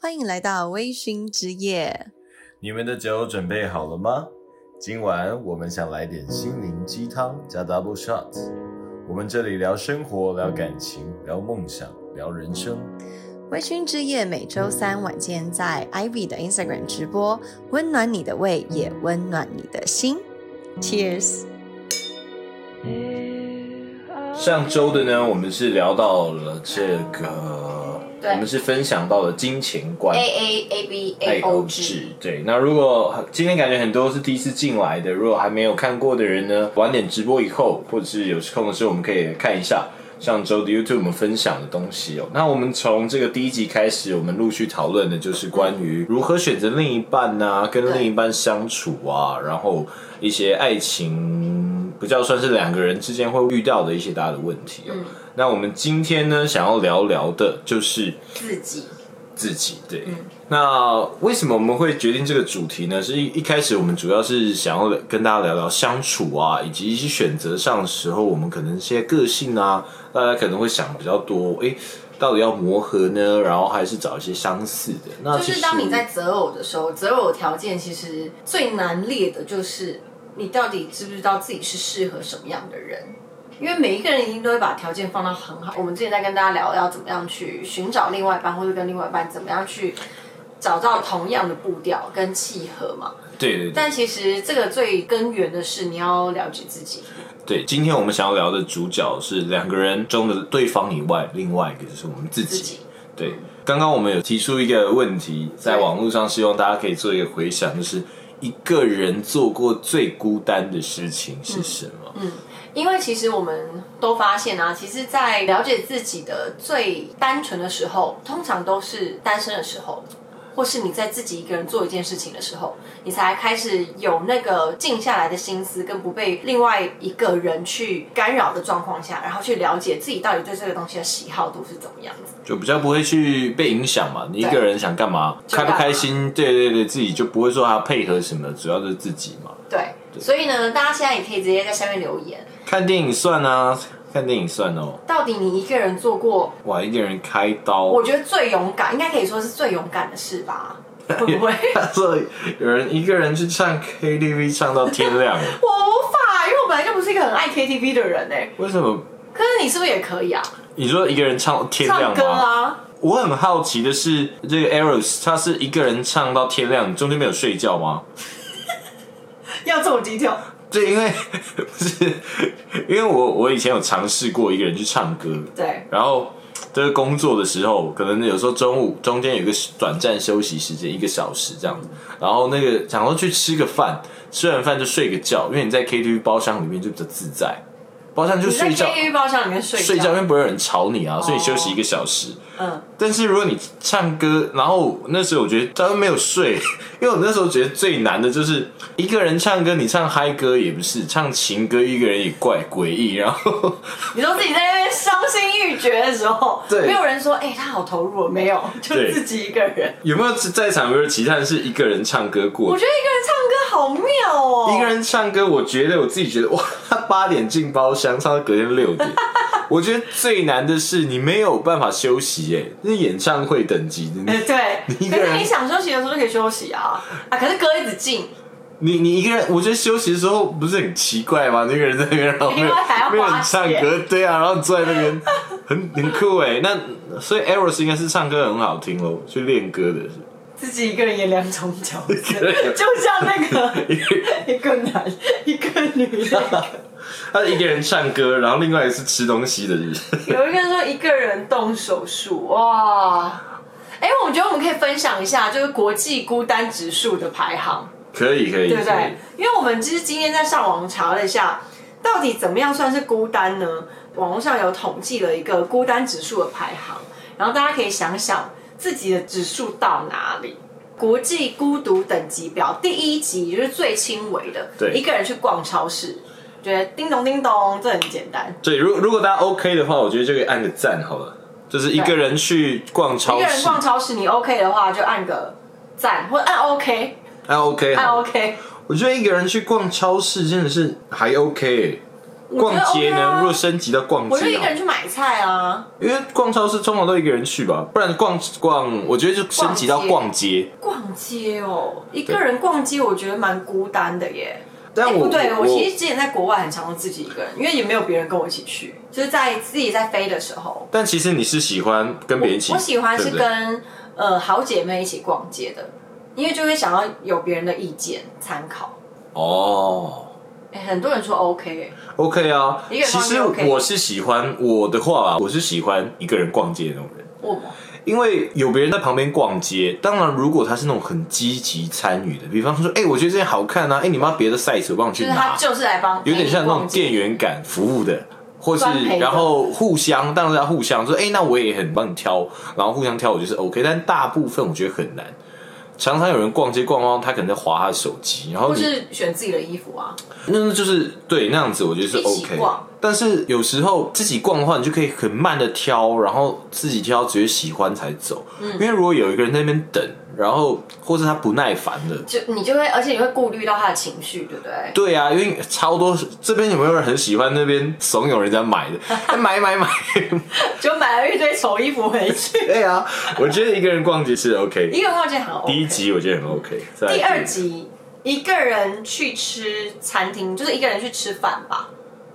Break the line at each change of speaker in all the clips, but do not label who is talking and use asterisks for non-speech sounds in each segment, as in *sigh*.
欢迎来到微醺之夜。
你们的酒准备好了吗？今晚我们想来点心灵鸡汤加 double shot。我们这里聊生活，聊感情，聊梦想，聊人生。
微醺之夜每周三晚间在 Ivy 的 Instagram 直播，温暖你的胃，也温暖你的心。Cheers！
上周的呢，我们是聊到了这个，
对哎
我们是分享到了金钱观
A。A A B A
O
O
制
制，
对，那如果今天感觉很多是第一次进来的，如果还没有看过的人呢，晚点直播以后，或者是有空的时候，我们可以看一下上周的 YouTube 我们分享的东西哦。那我们从这个第一集开始，我们陆续讨论的就是关于如何选择另一半呐，跟另一半相处啊，然后一些爱情比较算是两个人之间会遇到的一些大的问题哦。那我们今天呢，想要聊聊的就是。
自己
自己。对，
嗯
那为什么我们会决定这个主题呢？是一一开始我们主要是想要跟大家聊聊相处啊，以及一些选择上的时候，我们可能一些个性啊，大家可能会想比较多，诶，到底要磨合呢，然后还是找一些相似的？那
就
其
是
实
当你在择偶的时候，择偶条件其实最难列的就是你到底知不知道自己是适合什么样的人。因为每一个人一定都会把条件放到很好。我们之前在跟大家聊要怎么样去寻找另外一半，或者跟另外一半怎么样去找到同样的步调跟契合嘛。
对对对
但其实这个最根源的是你要了解自己。
对，今天我们想要聊的主角是两个人中的对方以外，另外一个就是我们自己。
自己
对，刚刚我们有提出一个问题，在网络上，希望大家可以做一个回想，就是一个人做过最孤单的事情是什么？
嗯因为其实我们都发现啊，其实，在了解自己的最单纯的时候，通常都是单身的时候，或是你在自己一个人做一件事情的时候，你才开始有那个静下来的心思，跟不被另外一个人去干扰的状况下，然后去了解自己到底对这个东西的喜好度是怎么样子。
就比较不会去被影响嘛。你一个人想干嘛，
就
开
干
不
嘛
开心，对对对，自己就不会说还要配合什么，主要就是自己嘛。
对，所以呢，大家现在也可以直接在下面留言，
看电影算啊，看电影算哦。
到底你一个人做过，
哇，一个人开刀，
我觉得最勇敢，应该可以说是最勇敢的事吧？
*laughs*
会不会？
他说有人一个人去唱 KTV 唱到天亮，
我无法，因为我本来就不是一个很爱 KTV 的人哎、
为什么？
可是你是不是也可以啊？
你说一个人唱到天亮吗？
唱歌啊，
我很好奇的是，这个 Eros 他是一个人唱到天亮，你中间没有睡觉吗？
要这么低调？
对，因为 *laughs* 不是因为我我以前有尝试过一个人去唱歌，
对，
然后就是工作的时候，可能有时候中午中间有一个短暂休息时间，一个小时这样子，然后那个想说去吃个饭，吃完饭就睡个觉，因为你在 KTV 包厢里面就比较自在，包厢就
你在
睡觉。
KTV 包厢里面睡哦
睡觉，因为不会有人吵你啊，所以你休息一个小时。
嗯，
但是如果你唱歌，然后那时候我觉得他们没有睡， *laughs* 因为我那时候觉得最难的就是一个人唱歌，你唱嗨歌也不是，唱情歌一个人也怪诡异，然后 *laughs*
你说自己在那边伤心欲绝的时候，
对
没有人说哎、他好投入哦，没有，就
对
自己一个人。
有没有在场有没有其他人是一个人唱歌
我
过？
觉得一个人唱歌好妙哦，
一个人唱歌，我觉得我自己觉得哇，八点进包厢，唱到隔天六
*laughs*
点。我觉得最难的是你没有办法休息、耶，哎，那演唱会等级的，
呃。对，
你一个
可
人
是你想休息的时候就可以休息啊啊！可是歌一直进，
你你一个人，我觉得休息的时候不是很奇怪吗？那个人在那边，然后没
另
有
外还要
没有人
花
唱
钱
歌，对啊，然后你坐在那边，很很酷哎。那所以 Eros 应该是唱歌很好听喽，去练歌的是。
自己一个人演两种角色，
*laughs* 个人
就像那个一个男一个女的。
他一个人唱歌，然后另外一个是吃东西的人。
有一个人说一个人动手术，哇！哎、我觉得我们可以分享一下，就是国际孤单指数的排行，
*laughs* 可以可以，
对不
可以
对？因为我们其实今天在上网查了一下，到底怎么样算是孤单呢？网络上有统计了一个孤单指数的排行，然后大家可以想想自己的指数到哪里。国际孤独等级表第一级就是最轻微的，
对
一个人去逛超市，觉得叮咚叮咚，这很简单。
对，如如果大家 OK 的话，我觉得就可以按个赞好了。就是一个人去逛超
一个人
市，
逛超市，你 OK 的话就按个赞，或按 OK，
按 OK
按
好。
OK。
我觉得一个人去逛超市真的是还 OK，耶欸
我觉
逛
得
街
OK
呢？如
啊
果。升级到逛
我就
街
一
啊
个，人去买菜啊，
因为逛超市通常都一个人去吧，不然逛逛，我觉得就升级到逛
逛
街。
逛街哦，一个人逛街我觉得蛮孤单的耶。
但
哎
我
不对，
我
我其实之前在国外很常自己一个人，因为也没有别人跟我一起去，就是在自己在飞的时候，
但其实你是喜欢跟别人一起，
我喜欢
对
是
不
跟
对
呃好姐妹一起逛街的，因为就会想要有别人的意见参考。
哦。
哎，很多人说 OK，
OK 啊，
一个人
其
逛街
实
OK
我是喜欢我的话啊，我是喜欢一个人逛街的那种人，
我
因为有别人在旁边逛街。当然，如果他是那种很积极参与的，比方说，哎、我觉得这件好看啊，哎、你妈别的 size 我帮你去
就是
拿
他，就是来帮，
啊有点像那种店
员。
员感服务的，或是
专陪的
然后互相，当然要互相说，哎、那我也很帮你挑，然后互相挑，我就是 OK。但大部分我觉得很难，常常有人逛街逛逛，他可能在划他的手机，然后
或
你
是选自己的衣服啊，
那那就是对那样子，我觉得是
一起
OK
逛。
但是有时候自己逛的话，你就可以很慢的挑，然后自己挑，只有喜欢才走。
嗯
因为如果有一个人在那边等，然后或是他不耐烦了，
就你就会，而且你会顾虑到他的情绪，对不对？
对啊，因为超多这边有没有人很喜欢那边怂恿人家买
*laughs*
的？哎买买买！
就买了一堆丑衣服回去。
对啊，我觉得一个人逛街是 OK。
*laughs* 一个人逛街很 OK。
第一，集我觉得很 OK，再来
第二集一个人去吃餐厅，就是一个人去吃饭吧。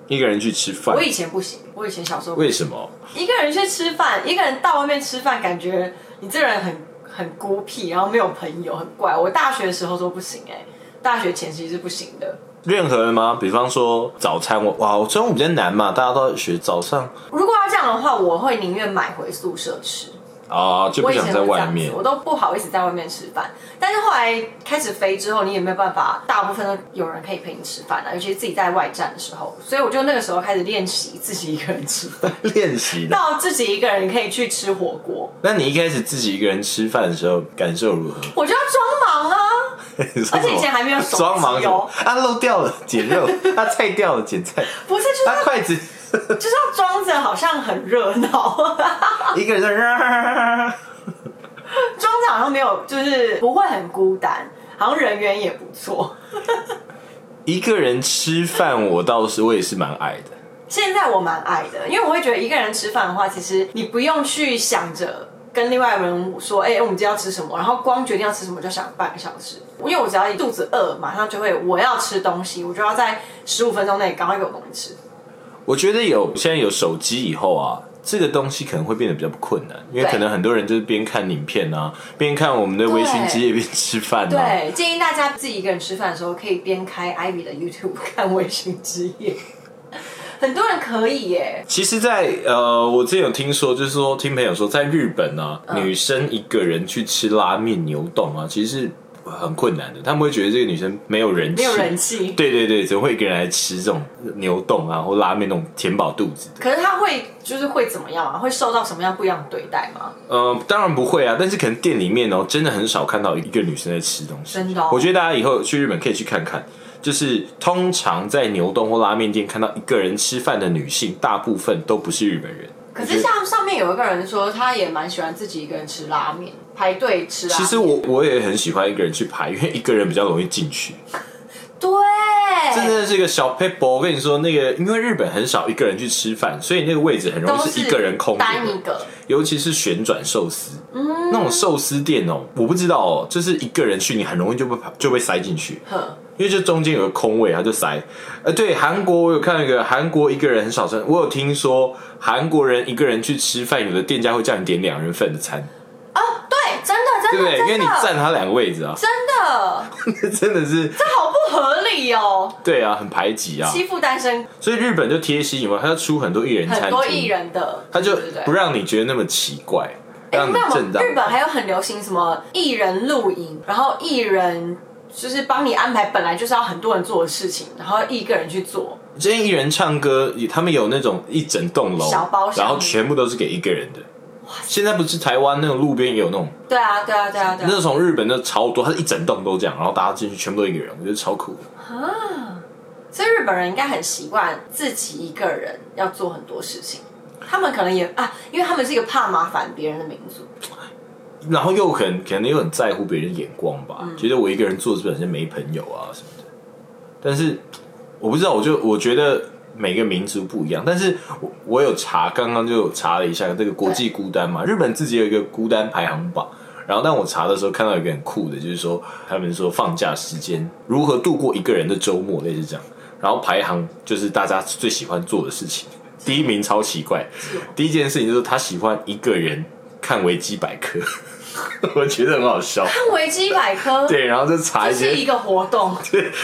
一个人去吃饭
我，以前不行，我以前小时候
为什么？
一个人去吃饭，一个人到外面吃饭，感觉你这人很很孤僻，然后没有朋友，很怪。我大学的时候都不行哎、大学前期是不行的。
任何人吗？比方说早餐，我哇，我中午比较难嘛，大家都在学早上。
如果要这样的话，我会宁愿买回宿舍吃。
啊，就
我
不
以
想
前会
在
这
外
样
面
子，我都不好意思在外面吃饭。但是后来开始飞之后，你也没有办法，大部分都有人可以陪你吃饭啊，尤其是自己在外站的时候。所以我就那个时候开始练习自己一个人吃
*laughs*
饭，
练习
*laughs*
的。
到自己一个人可以去吃火锅，
那你一开始自己一个人吃饭的时候感受
*laughs*
如何？
我就要装忙啊。
而
且以前还没有手机哦
装忙什么啊，漏掉了捡肉，啊菜掉了捡菜，
不是，就是
啊
要
筷子
就是要装着好像很热闹， *laughs*
一个人在，
装着好像没有，就是不会很孤单，好像人缘也不错。
一个人吃饭，我倒是我也是蛮爱的。
现在我蛮爱的，因为我会觉得一个人吃饭的话，其实你不用去想着跟另外一个人说，哎、我们今天要吃什么，然后光决定要吃什么就想半个小时。因为我只要一肚子饿，马上就会我要吃东西，我就要在十五分钟内赶快给我东西吃。
我觉得有现在有手机以后啊，这个东西可能会变得比较不困难，因为
对
可能很多人就是边看影片啊，边看我们的微醺之夜边吃饭啊。
对，建议大家自己一个人吃饭的时候，可以边开 Ivy 的 YouTube 看《微醺之夜》， *laughs* 很多人可以耶。
其实在，呃，我之前有听说，就是说听朋友说，在日本啊，
嗯
女生一个人去吃拉面、牛丼啊，其实是很困难的。他们会觉得这个女生没有人气，
没有人气
对对对，怎么会一个人来吃这种牛丼啊或拉面那种填饱肚子的？
可是他会就是会怎么样啊？会受到什么样不一样的对待吗？
呃，当然不会啊，但是可能店里面哦，真的很少看到一个女生在吃东西。
真的哦
我觉得大家以后去日本可以去看看。就是通常在牛丼或拉面店看到一个人吃饭的女性，大部分都不是日本人。
可
我觉得
是像上面有一个人说，他也蛮喜欢自己一个人吃拉面，排队吃拉面。
其实我我也很喜欢一个人去排，因为一个人比较容易进去。这真
对，
的是一个小 paper。我跟你说，那个因为日本很少一个人去吃饭，所以那个位置很容
都
易是一个人空着
单一嗯
的。
个，
尤其是旋转寿司，那种寿司店哦、我不知道哦、就是一个人去，你很容易就被就被塞进去，
哼，
因为就中间有个空位，他就塞。呃，对，韩国我有看到一个韩国一个人很少吃，我有听说韩国人一个人去吃饭，有的店家会叫你点两人份的餐，
对，真的
对
真
不对？
的
因为
真
你占
的
他两个位置啊， *laughs*
真的，
真的是
这好不合理哦，
对啊，很排挤 *laughs* 啊，
欺负单身
所以日本就贴心嘛，他要出很多艺人餐
很多艺
厅，
人的，
他就
对对对
不让你觉得那么奇怪，
哎
让你
那我
正
们
当。
日本还有很流行什么艺人露营，然后艺人就是帮你安排本来就是要很多人做的事情，然后一个人去做。
这些艺人唱歌，他们有那种一整栋楼
小包，厢
然后全部都是给一个人的。现在不是台湾那种路边也有那种，
对啊，对啊，对啊，对
那
啊。
从日本那超多，它是一整栋都这样，然后大家进去全部都一个人，我觉得超酷的。
所以日本人应该很习惯自己一个人要做很多事情，他们可能也啊，因为他们是一个怕麻烦别人的民族。
然后又很可能又很在乎别人眼光吧，觉得我一个人做这本身没朋友啊什么的。但是我不知道，我就我觉得每个民族不一样，但是我我有查，刚刚就有查了一下这个国际孤单嘛，日本自己有一个孤单排行榜。然后，但我查的时候看到一个很酷的，就是说他们说放假时间如何度过一个人的周末，类似这样。然后排行就是大家最喜欢做的事情，第一名超奇怪，第一件事情就是他喜欢一个人看维基百科， *laughs* 我觉得很好
*laughs*
笑。
看维基百科，
*laughs* 对，然后就查
这
一些 *laughs*
是一个活动，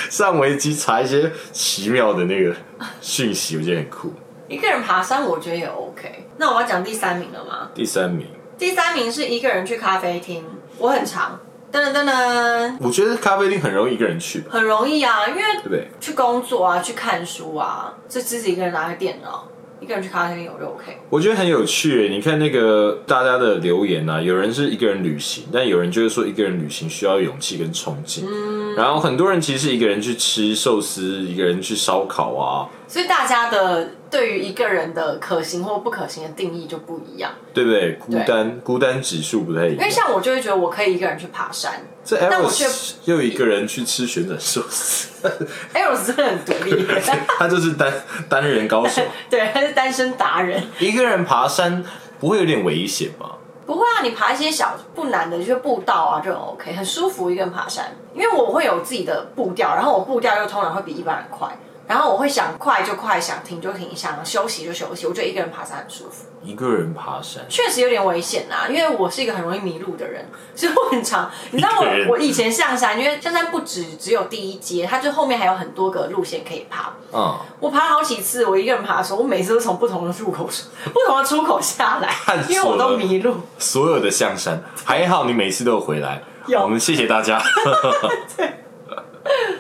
上维基查一些奇妙的那个讯息，我觉得很酷。
一个人爬山我觉得也 OK。那我要讲第三名了吗？
第三名，
第三名是一个人去咖啡厅，我很长，噔噔噔噔，
我觉得咖啡厅很容易一个人去吧，
很容易啊，因为
对不对？
去工作啊，去看书啊，就自己一个人拿个电脑，一个人去咖啡厅我就 OK。
我觉得很有趣耶。你看那个大家的留言啊，有人是一个人旅行，但有人就是说一个人旅行需要勇气跟冲劲。
嗯
然后很多人其实是一个人去吃寿司，一个人去烧烤啊，
所以大家的对于一个人的可行或不可行的定义就不一样。
对不对？孤单孤单指数不太一
因为
样。
像我就会觉得我可以一个人去爬山
这
但我
Eros
却
又一个人去吃旋转寿司，
，Eros 真的很独立，
他就是单单人高手。
对，他是单身达人。
一个人爬山不会有点危险吗？
不会啊，你爬一些小不难的，就是步道啊，这种 OK，很舒服。一个人爬山，因为我会有自己的步调，然后我步调又通常会比一般人快，然后我会想快就快，想停就停，想休息就休息。我觉得一个人爬山很舒服，
一个人爬山，
确实有点危险啊，因为我是一个很容易迷路的人，所以我很常，你知道
一个人
我我以前上山，因为上山不止只有第一阶，它就后面还有很多个路线可以爬。
嗯，
我爬了好几次，我一个人爬的时候，我每次都从不同的入口、不同的出 *laughs* 口下来
看，
因为我
错
都
了啊
迷路。
所有的象山，还好你每次都有回来。
有
我们谢谢大
*laughs*
家。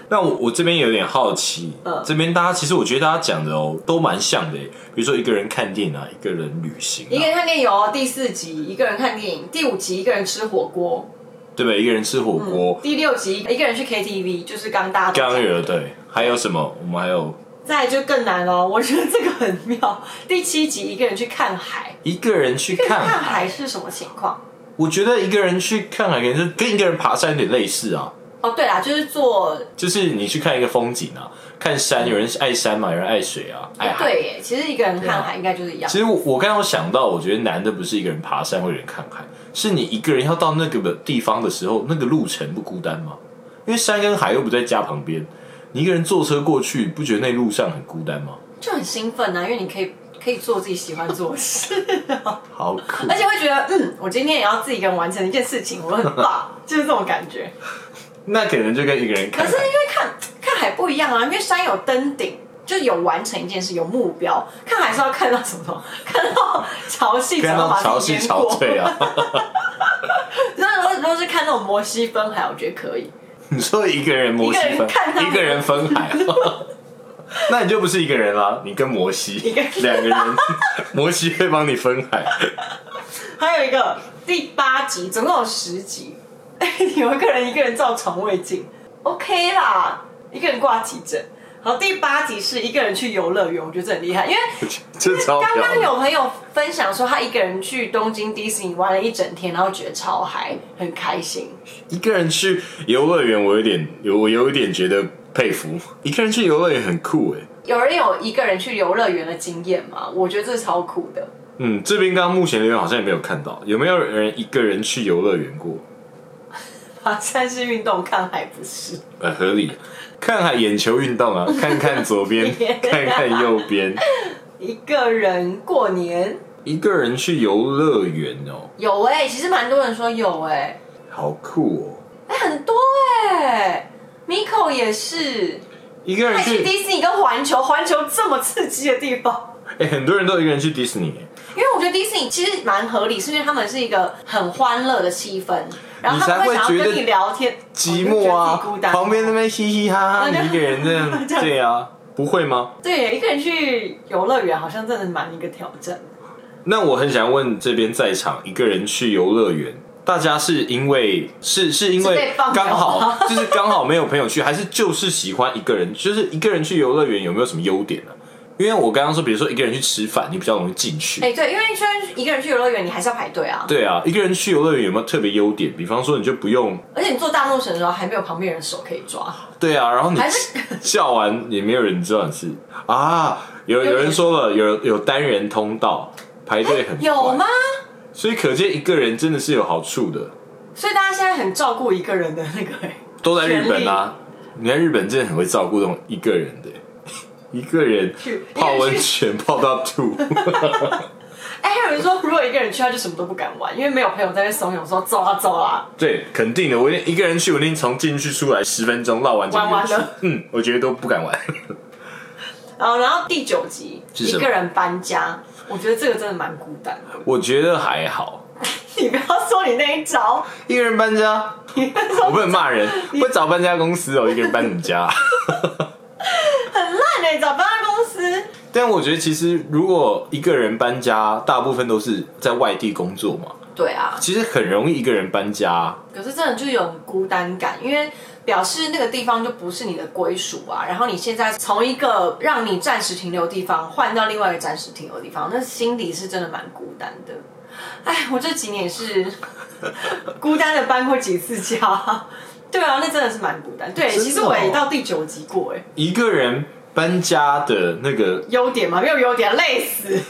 那我我这边有点好奇，
嗯
这边大家其实我觉得大家讲的哦都蛮像的耶，比如说一个人看电影啊，一个人旅行、
一个
啊，
人看电影哦，第四集一个人看电影，第五集一个人吃火锅，
对不对？一个人吃火锅，
第六集一个人去 KTV，就是刚大家都
刚
讲
刚有对，还有什么？我们还有
再来就更难了，哦 *laughs* 我觉得这个很妙。第七集一个人去看海，
一个人去看
看
海，
海是什么情况？
我觉得一个人去看啊海，可能就跟一个人爬山有点类似啊。
哦，对啦，就是做
就是你去看一个风景啊，看山，有人爱山嘛，有人爱水啊，爱海。
嗯哎对耶，其实一个
啊
人看海应该就是一样
其。实我我刚刚有想到，我觉得难的不是一个人爬山或者一个人看海，是你一个人要到那个地方的时候，那个路程不孤单吗？因为山跟海又不在家旁边，你一个人坐车过去，不觉得那路上很孤单吗？
就很兴奋啊，因为你可以可以做自己喜欢做的事，
好酷
*laughs* 而！且会觉得嗯，我今天也要自己一个人完成一件事情，我很棒， *laughs* 就是这种感觉。
那可能就跟一个人
可
看
是因
海，
为看看海不一样啊，因为山有登顶，就有完成一件事，有目标。看海是要看到什么？ *laughs* 看到潮汐，
看到潮
汐
汐潮退
退。
啊。
*laughs* 那如果如果是看那种摩西分海，我觉得可以。
*laughs* 你说一个人摩西
一个人
分
看他，们
一个人分海，
*laughs*
那你就不是一个人啦，你跟摩西
一个
两
*laughs*
个人，摩西会帮你分海。
还有一个第八集，总共有十集， *laughs* 有一个人一个人照肠胃镜，OK 啦，一个人挂急诊。好，第八集是一个人去游乐园，我觉得这很厉害，因为
这超
刚
屌
刚
的！
有朋友分享说，他一个人去东京迪士尼玩了一整天，然后觉得超嗨，很开心。
一个人去游乐园，我有点有我有一点觉得佩服。一个人去游乐园很酷哎。
有人有一个人去游乐园的经验吗？我觉得这是超酷的。
嗯，这边刚刚目前留言好像也没有看到，有没有人一个人去游乐园过？
爬山是运动，看海不是。
呃，合理。看海眼球运动
*laughs*
啊，看看左边，看看右边。
一个人过年
一个人去游乐园哦，
有哎、其实蛮多人说有哎、
好酷哦。
哎、很多哎、Miko 也是，
一个人
他去
去，
迪士尼跟环球，环球这么刺激的地方。
哎、很多人都一个人去迪士尼。
因为我觉得迪士尼其实蛮合理，是因为他们是一个很欢乐的气氛，然后他们
你才会
想要
觉
跟
得
你聊天，
寂
我就
寞
觉得
啊
自己孤，单。
旁边那边嘻嘻哈哈，
那就
你一个人这样，
这样
对
*laughs*
啊，不会吗？
对一个人去游乐园，好像真的蛮一个挑战。
那我很想问这边在场一个人去游乐园，大家是因为是是因
是
为
被放
刚
鸟吗 *laughs*
好 *laughs* 就是刚好没有朋友去，还是就是喜欢一个人？就是一个人去游乐园有没有什么优点呢、因为我刚刚说，比如说一个人去吃饭，你比较容易进去。
哎、对，因为虽然一个人去游乐园，你还是要排队啊，
对啊，一个人去游乐园有没有特别优点？比方说，你就不用
而且你做大怒神的时候还没有旁 *laughs* 边人手可以抓，
*laughs* 对啊，然后你
还是
笑完也没有人知道你是啊。有有人说了，有有单人通道，排队很
哎有
快
*laughs* 吗？？
所以可见一个人真的是有好处的。
所以大家现在很照顾一个人的那个、欸，
都在日本啊，你在日本真的很会照顾这种一个人的， *laughs* 一个人
去
泡温泉泡到吐， *laughs*
哎、还有人说，如果一个人去，他就什么都不敢玩，因为没有朋友在那怂恿说走啊走啊。
对，肯定的。我一定一个人去，我一定从进去出来十分钟绕完整个
玩完
园区
了
嗯，我觉得都不敢玩。
然后，然后第九集
是什
一
么
个人搬家，我觉得这个真的蛮孤单的。
我觉得还好，
*laughs* 你不要说你那一招，
一个人搬
*laughs*
家，我不能骂人，会找搬家公司哦，一个人搬什么家？
那你找搬家公司，
但我觉得其实如果一个人搬家，大部分都是在外地工作嘛，
对啊，
其实很容易一个人搬家。
可是真的就有孤单感，因为表示那个地方就不是你的归属啊。然后你现在从一个让你暂时停留的地方换到另外一个暂时停留的地方，那心里是真的蛮孤单的。哎，我这几年 *laughs* 是孤单的搬过几次家。对啊，那真的是蛮孤单。对，
真的哦
其实我也到第九集过哎，
一个人搬家的那个
优点嘛，没有优点，累死。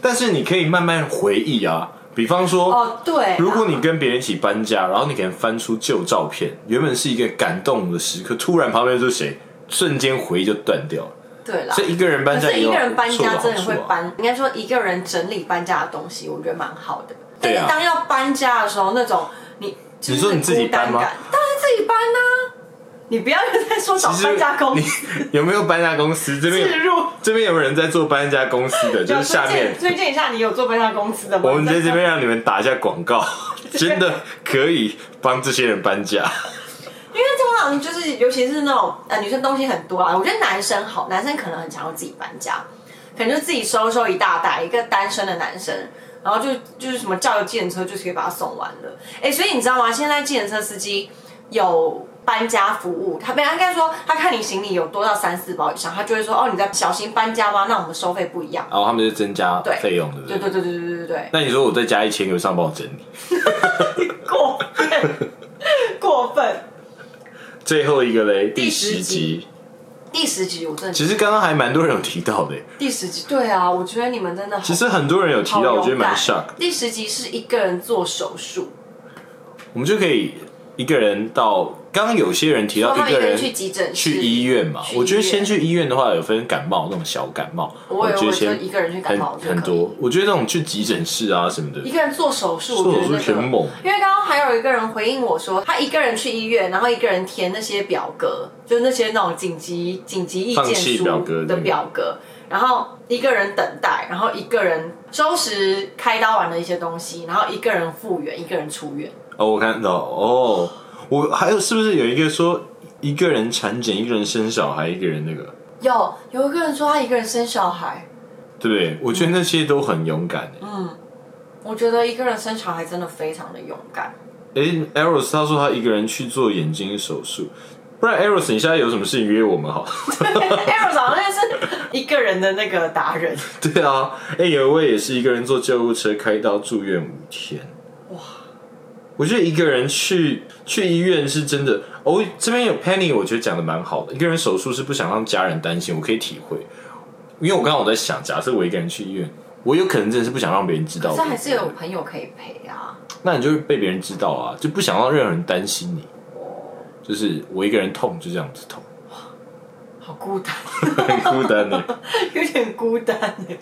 但是你可以慢慢回忆啊，比方说，
哦，对。
如果你跟别人一起搬家，然后你可能翻出旧照片，原本是一个感动的时刻，突然旁边就是谁，瞬间回忆就断掉了。
对啦，
所以一个人搬
可
家
是
也
一
有
个人搬
不错
家
好
真的会
处啊
搬，应该说一个人整理搬家的东西，我觉得蛮好的。但
对
是
啊
当要搬家的时候，那种你就是
你说你自己搬吗
孤单感当然自己搬啦、你不要又在说找
其实
哦搬家公
你 *laughs*
司
有没有搬家公司？这边
置
有
入，
这边有人在做搬家公司的，就是下面
推荐推荐一下，你有做搬家公司的吗？
我们在这边让你们打一下广 *laughs* 告，真的可以帮这些人搬家。
因为通常就是，尤其是那种呃女生东西很多啊，我觉得男生好，男生可能很常要自己搬家，可能就自己收收一大袋。一个单身的男生，然后就就是什么叫计程车，就是可以把他送完了。哎、所以你知道吗？现在计程车司机有搬家服务，他本来应该说他看你行李有多到三四包以上，他就会说哦，你在小心搬家吗？那我们收费不一
*laughs*
样。
然后他们就增加
对
费用，对不
对对对对对对对
那你说我再加一千，有上帮我整理？
对，过分过分。
最后一个嘞，第
十
十
集
集。
第十集我真的
其实刚刚还蛮多人有提到的，
第十集，对啊，我觉得你们真的好
其实很多人有提
好
到，
勇
我觉得蛮
敢
shock。
第十集是一个人做手术，
我们就可以一个人到，刚刚有些人提到
然后
一
一个
个
人
人
去急诊室，
去医院嘛
去，医院
我觉得先去医院的话，有分感冒那种小感冒，
我
我
有
觉得
我
先
就一个人去感
很
冒我觉得
很
可以
多。我觉得那种去急诊室啊什么的
一，个人做手术，我
做手
觉得
术
那个
全猛
因为刚刚还有一个人回应我说，他一个人去医院，然后一个人填那些表格，就是那些那种紧急紧急意
放
见
弃
书
表格
的
那个
表格，然后一个人等待，然后一个人收拾开刀完的一些东西，然后一个人复原，一个人出院。
哦，我看到哦，我还有是不是有一个说一个人产检，一个人生小孩，一个人那个，
有有一个人说他一个人生小孩，
对不对？我觉得那些都很勇敢欸诶。
我觉得一个人生小孩真的非常的勇敢。
诶 a r o s 他说他一个人去做眼睛手术，不然 a r o s 你现在有什么事情约我们好了？
Arrows 好像是一个人的那个达人，
*laughs* 对啊，哎、有一位也是一个人坐救护车开刀住院五天。哇，我觉得一个人去去医院是真的。哦，这边有 Penny，我觉得讲的蛮好的。一个人手术是不想让家人担心，我可以体会。因为我刚刚我在想，假设我一个人去医院，我有可能真的是不想让别人知道
可
我。
是还是有朋友可以陪啊。
那你就会被别人知道啊，就不想让任何人担心你。就是我一个人痛，就这样子痛，
好孤单， *laughs*
很孤单的。
有点孤单耶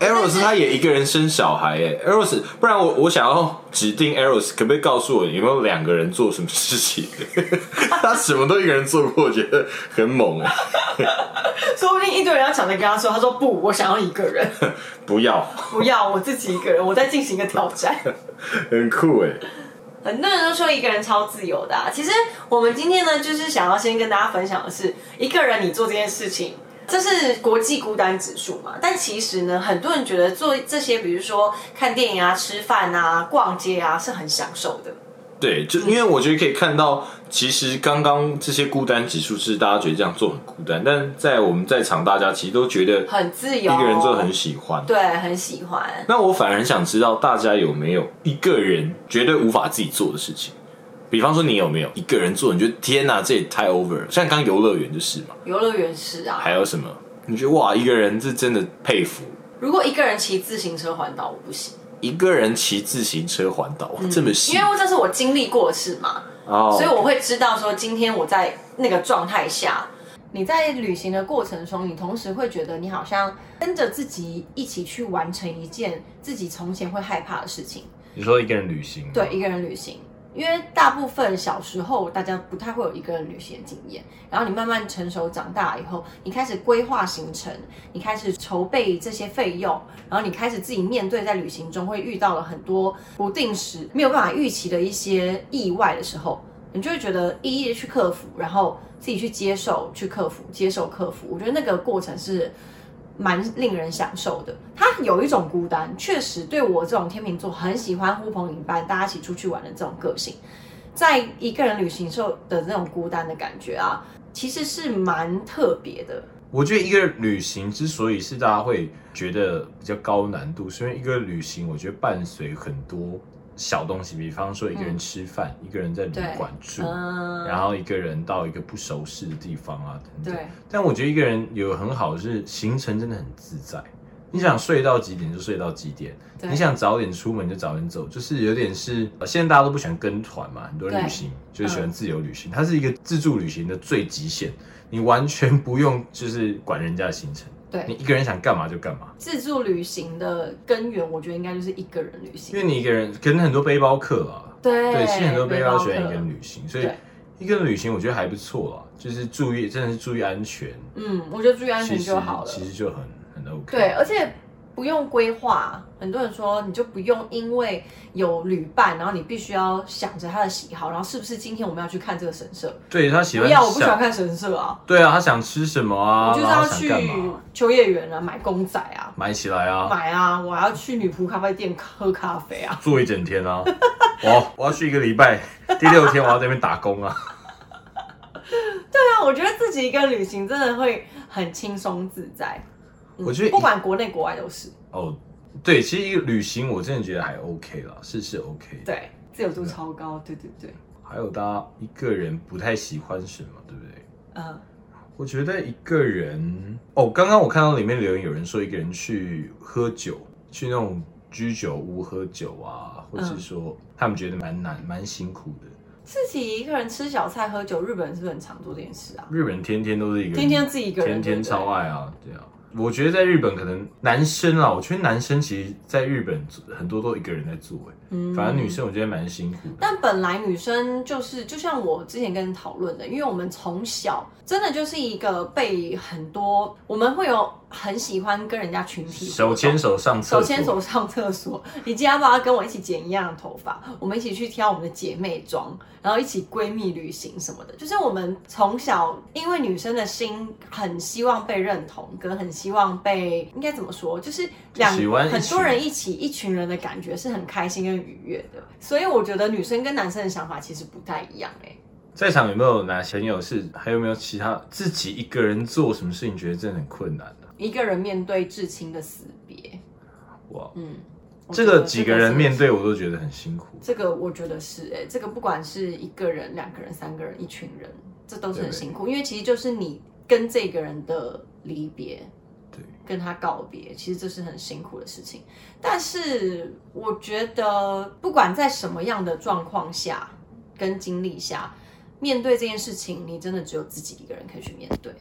Eros 他也一个人生小孩哎，Eros，不然我我想要指定 Eros，可不可以告诉我有没有两个人做什么事情？ *laughs* 他什么都一个人做过，我觉得很猛哎，
说不定一堆人要抢着跟他说，他说不，我想要一个人， *laughs*
不要，
不要我自己一个人，我在进行一个挑战。
很酷哎。
*laughs* 很多人都说一个人超自由的、啊，其实我们今天呢，就是想要先跟大家分享的是，一个人你做这件事情，这是国际孤单指数嘛。但其实呢，很多人觉得做这些，比如说看电影啊、吃饭啊、逛街啊，是很享受的。
对，就因为我觉得可以看到，其实刚刚这些孤单指数是大家觉得这样做很孤单，但在我们在场大家其实都觉得
很自由，
一个人做很喜欢。
对，很喜欢。
那我反而很想知道大家有没有一个人绝对无法自己做的事情，比方说你有没有一个人做，你觉得天哪、这也太 over 了。像刚游乐园就是嘛，
游乐园是啊，
还有什么你觉得哇，一个人是真的佩服，
如果一个人骑自行车环岛，我不行，
一个人骑自行车环岛，哇，这么细
嗯因为这是我经历过的事嘛，
哦，
所以我会知道说，今天我在那个状态下，你在旅行的过程中，你同时会觉得你好像跟着自己一起去完成一件自己从前会害怕的事情。
你说一个人旅行，
对，一个人旅行，因为大部分小时候大家不太会有一个人旅行的经验，然后你慢慢成熟长大以后，你开始规划行程，你开始筹备这些费用，然后你开始自己面对在旅行中会遇到了很多不定时、没有办法预期的一些意外的时候，你就会觉得一一的去克服，然后自己去接受、去克服、接受克服。我觉得那个过程是。蛮令人享受的。它有一种孤单，确实对我这种天秤座很喜欢呼朋引伴，大家一起出去玩的这种个性，在一个人旅行时候的那种孤单的感觉啊，其实是蛮特别的。
我觉得一个旅行之所以是大家会觉得比较高难度，是因为一个旅行，我觉得伴随很多小东西，比方说一个人吃饭，一个人在旅馆住，
嗯，
然后一个人到一个不熟悉的地方啊等等。
对，
但我觉得一个人有很好的是行程真的很自在，你想睡到几点就睡到几点，
对
你想早点出门就早点走，就是有点是呃现在大家都不喜欢跟团嘛，很多人
对
旅行就是喜欢
嗯
自由旅行，它是一个自助旅行的最极限，你完全不用就是管人家的行程，你
对，
一个人想干嘛就干嘛，
自助旅行的根源，我觉得应该就是一个人旅
因
行。
为你一个人可能很多背包客啊，
对
对，其实很多背包喜欢一
客
个人旅行，所以
对
一个人旅行我觉得还不错啦，啊就是注意真的是注意安全，
嗯，我觉得注意安全
其实
就好了。
其实就很很 OK，
对，而且不用规划。很多人说，你就不用因为有旅伴，然后你必须要想着他的喜好，然后是不是今天我们要去看这个神社？
对他喜
不
欢
要，我不喜
想
欢看神社啊，
对啊，他想吃什么啊？
我就是
然后
要
想
去
干嘛？
秋叶原啊，买公仔啊，
买起来啊，
买啊，我要去女仆咖啡店喝咖啡啊。 *laughs*
做一整天啊。我要我要去一个礼拜，第六天我要在那边打工啊。
对啊，我觉得自己一个人旅行真的会很轻松自在。嗯
我觉得
不管国内国外都是，
哦，对，其实一个旅行我真的觉得还 OK 啦，是是 OK 的。
对，自由度超高，对对对，
还有大家一个人不太喜欢什么，对不对？
嗯，
我觉得一个人哦，刚刚我看到里面留言有人说一个人去喝酒，去那种居酒屋喝酒啊，或是
嗯
说他们觉得蛮难蛮辛苦的。
自己一个人吃小菜喝酒，日本人是不是很常做这件事啊？
日本人天天都是一个人，
天天自己一个人，
天
对
天
不对
超爱啊，对啊。我觉得在日本可能男生啊，我觉得男生其实在日本很多都一个人在做、欸，
嗯
反正女。生我觉得蛮辛苦的。
但本来女生就是，就像我之前跟你讨论的，因为我们从小真的就是一个被很多，我们会有很喜欢跟人家群体
手牵
手。
手上厕所，
手牵手上厕所， *laughs* 你今天要不要跟我一起剪一样的头发？我们一起去挑我们的姐妹装，然后一起闺蜜旅行什么的。就是我们从小，因为女生的心很希望被认同，跟很希望被应该怎么说，就是两
喜欢一起
很多人一起一群人的感觉是很开心跟愉悦的。所以我觉得女生跟男生的想法其实不太一样哎、
在场有没有哪朋友是？还有没有其他自己一个人做什么事情觉得真的很困难啊的、
一个人面对至亲的死别，
哇，
嗯，我
这
觉得
个几个人
是
面对我都觉得很辛苦。
这个我觉得是哎、这个不管是一个人、两个人、三个人、一群人，这都是很辛苦，因为其实就是你跟这个人的离别，
对，
跟他告别，其实这是很辛苦的事情。但是我觉得，不管在什么样的状况下跟经历下，面对这件事情，你真的只有自己一个人可以去面对。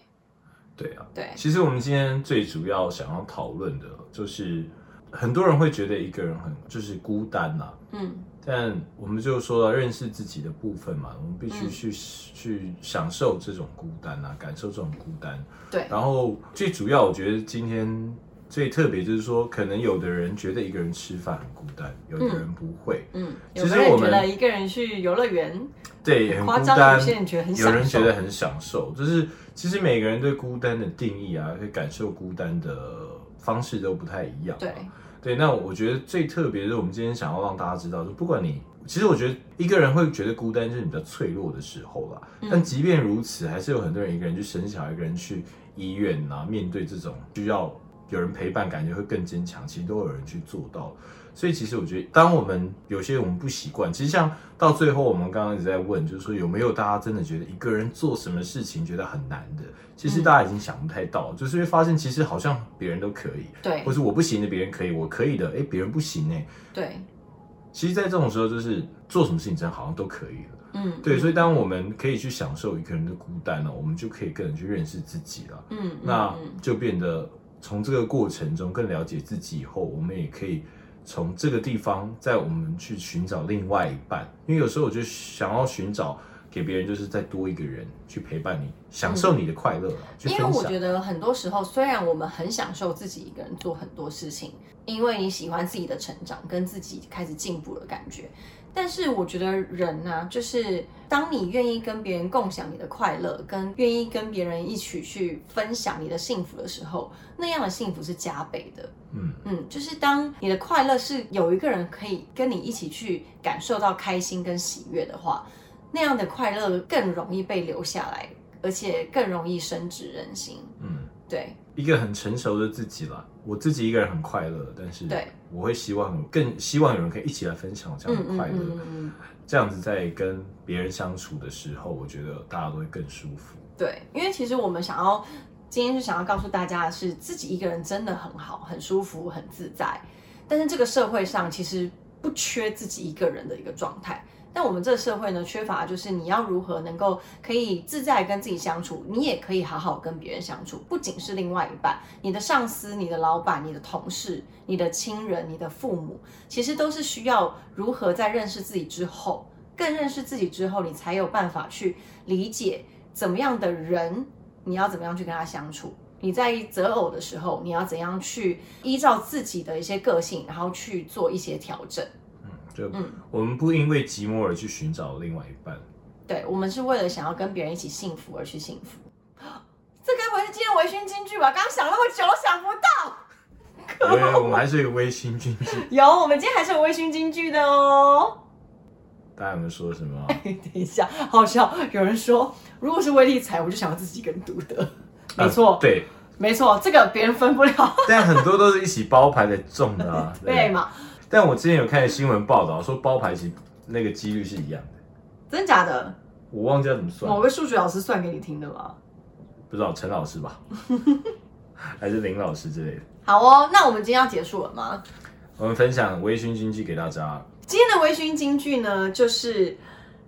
对啊，
对，
其实我们今天最主要想要讨论的就是，很多人会觉得一个人很就是孤单呐、啊
嗯，
但我们就说到认识自己的部分嘛，我们必
嗯
须去、去享受这种孤单啊，感受这种孤单。
对，
然后最主要，我觉得今天最特别就是说，可能有的人觉得一个人吃饭很孤单，有的人不会，
嗯，
其
有
实
的人
我
觉
们
得一个人去游乐园
对，很
夸
孤
张，
单
有。些人觉得很享
有
受，
人觉得很享受，就是其实每个人对孤单的定义啊，会感受孤单的方式都不太一样、
对，
对，那我觉得最特别的，是我们今天想要让大家知道，就不管你，其实我觉得一个人会觉得孤单，就是你比较脆弱的时候啦。
嗯
但即便如此，还是有很多人一个人去生小孩，一个人去医院啊，面对这种需要有人陪伴，感觉会更坚强，其实都有人去做到。所以其实我觉得，当我们有些我们不习惯，其实像到最后，我们刚刚一直在问，就是说有没有大家真的觉得一个人做什么事情觉得很难的？其
嗯
实大家已经想不太到，就是会发现其实好像别人都可以，
对
或是我不行的别人可以，我可以的，哎，别人不行哎。
对，
其实，在这种时候，就是做什么事情真的好像都可以了。
嗯，
对，所
以
以当我们可以去享受一个人的孤单呢、我们就可以更去认识自己了。
嗯，
那
嗯
就变得从这个过程中更了解自己以后，我们也可以从这个地方，在我们去寻找另外一半。因为有时候我就想要寻找给别人，就是再多一个人去陪伴你，享受你的快乐、啊，去
嗯因为
分
我
享
觉。得很多时候，虽然我们很享受自己一个人做很多事情，因为你喜欢自己的成长跟自己开始进步的感觉，但是我觉得人呢、就是当你愿意跟别人共享你的快乐，跟愿意跟别人一起去分享你的幸福的时候，那样的幸福是加倍的。
嗯
嗯，就是当你的快乐是有一个人可以跟你一起去感受到开心跟喜悦的话，那样的快乐更容易被留下来，而且更容易深植人心。
嗯，
对，
一个很成熟的自己啦。我自己一个人很快乐，但是
对
我会希望更希望有人可以一起来分享这
嗯
样的
嗯
快乐。
嗯嗯，
这样子在跟别人相处的时候，我觉得大家都会更舒服。
对，因为其实我们想要今天是想要告诉大家的是，自己一个人真的很好，很舒服，很自在。但是这个社会上其实不缺自己一个人的一个状态。但我们这个社会呢，缺乏的就是你要如何能够可以自在跟自己相处，你也可以好好跟别人相处，不仅是另外一半，你的上司、你的老板、你的同事、你的亲人、你的父母，其实都是需要如何在认识自己之后，更认识自己之后，你才有办法去理解怎么样的人，你要怎么样去跟他相处。你在择偶的时候，你要怎样去依照自己的一些个性，然后去做一些调整。
嗯，就
嗯
我们不因为寂寞而去寻找另外一半。
对，我们是为了想要跟别人一起幸福而去幸福。哦这该不会是今天微醺金句吧？刚刚想那么久，想不到。
因为我们还是有微信经济，
有，我们今天还是有微醺金句的哦。
大家有没有说什么啊？
等一下，好笑。有人说，如果是威力彩，我就想要自己一个人独得。 *laughs* 没错，
啊对，
没错，这个别人分不了，。
但很多都是一起包牌的中的啊
*laughs* 对？嘛？
但我之前有看新闻报道说包牌其实那个几率是一样的，
真假的？
我忘记要怎么算
某，个数学老师算给你听的吧？
不知道陈老师吧， *laughs* 还是林老师之类的。
好哦，那我们今天要结束了吗？
我们分享微醺经济给大家，
今天的微醺金句呢，就是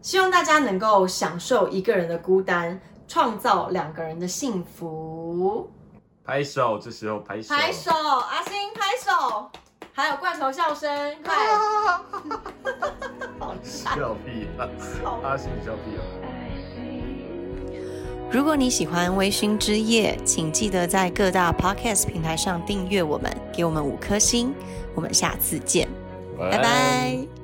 希望大家能够享受一个人的孤单，创造两个人的幸福。
拍手，这时候拍手，
拍手，阿星拍手，还有罐头笑声，快！好笑，
笑屁啊！阿信笑屁啊！
如果你喜欢微醺之夜，请记得在各大 podcast 平台上订阅我们，给我们五颗星。我们下次见，拜拜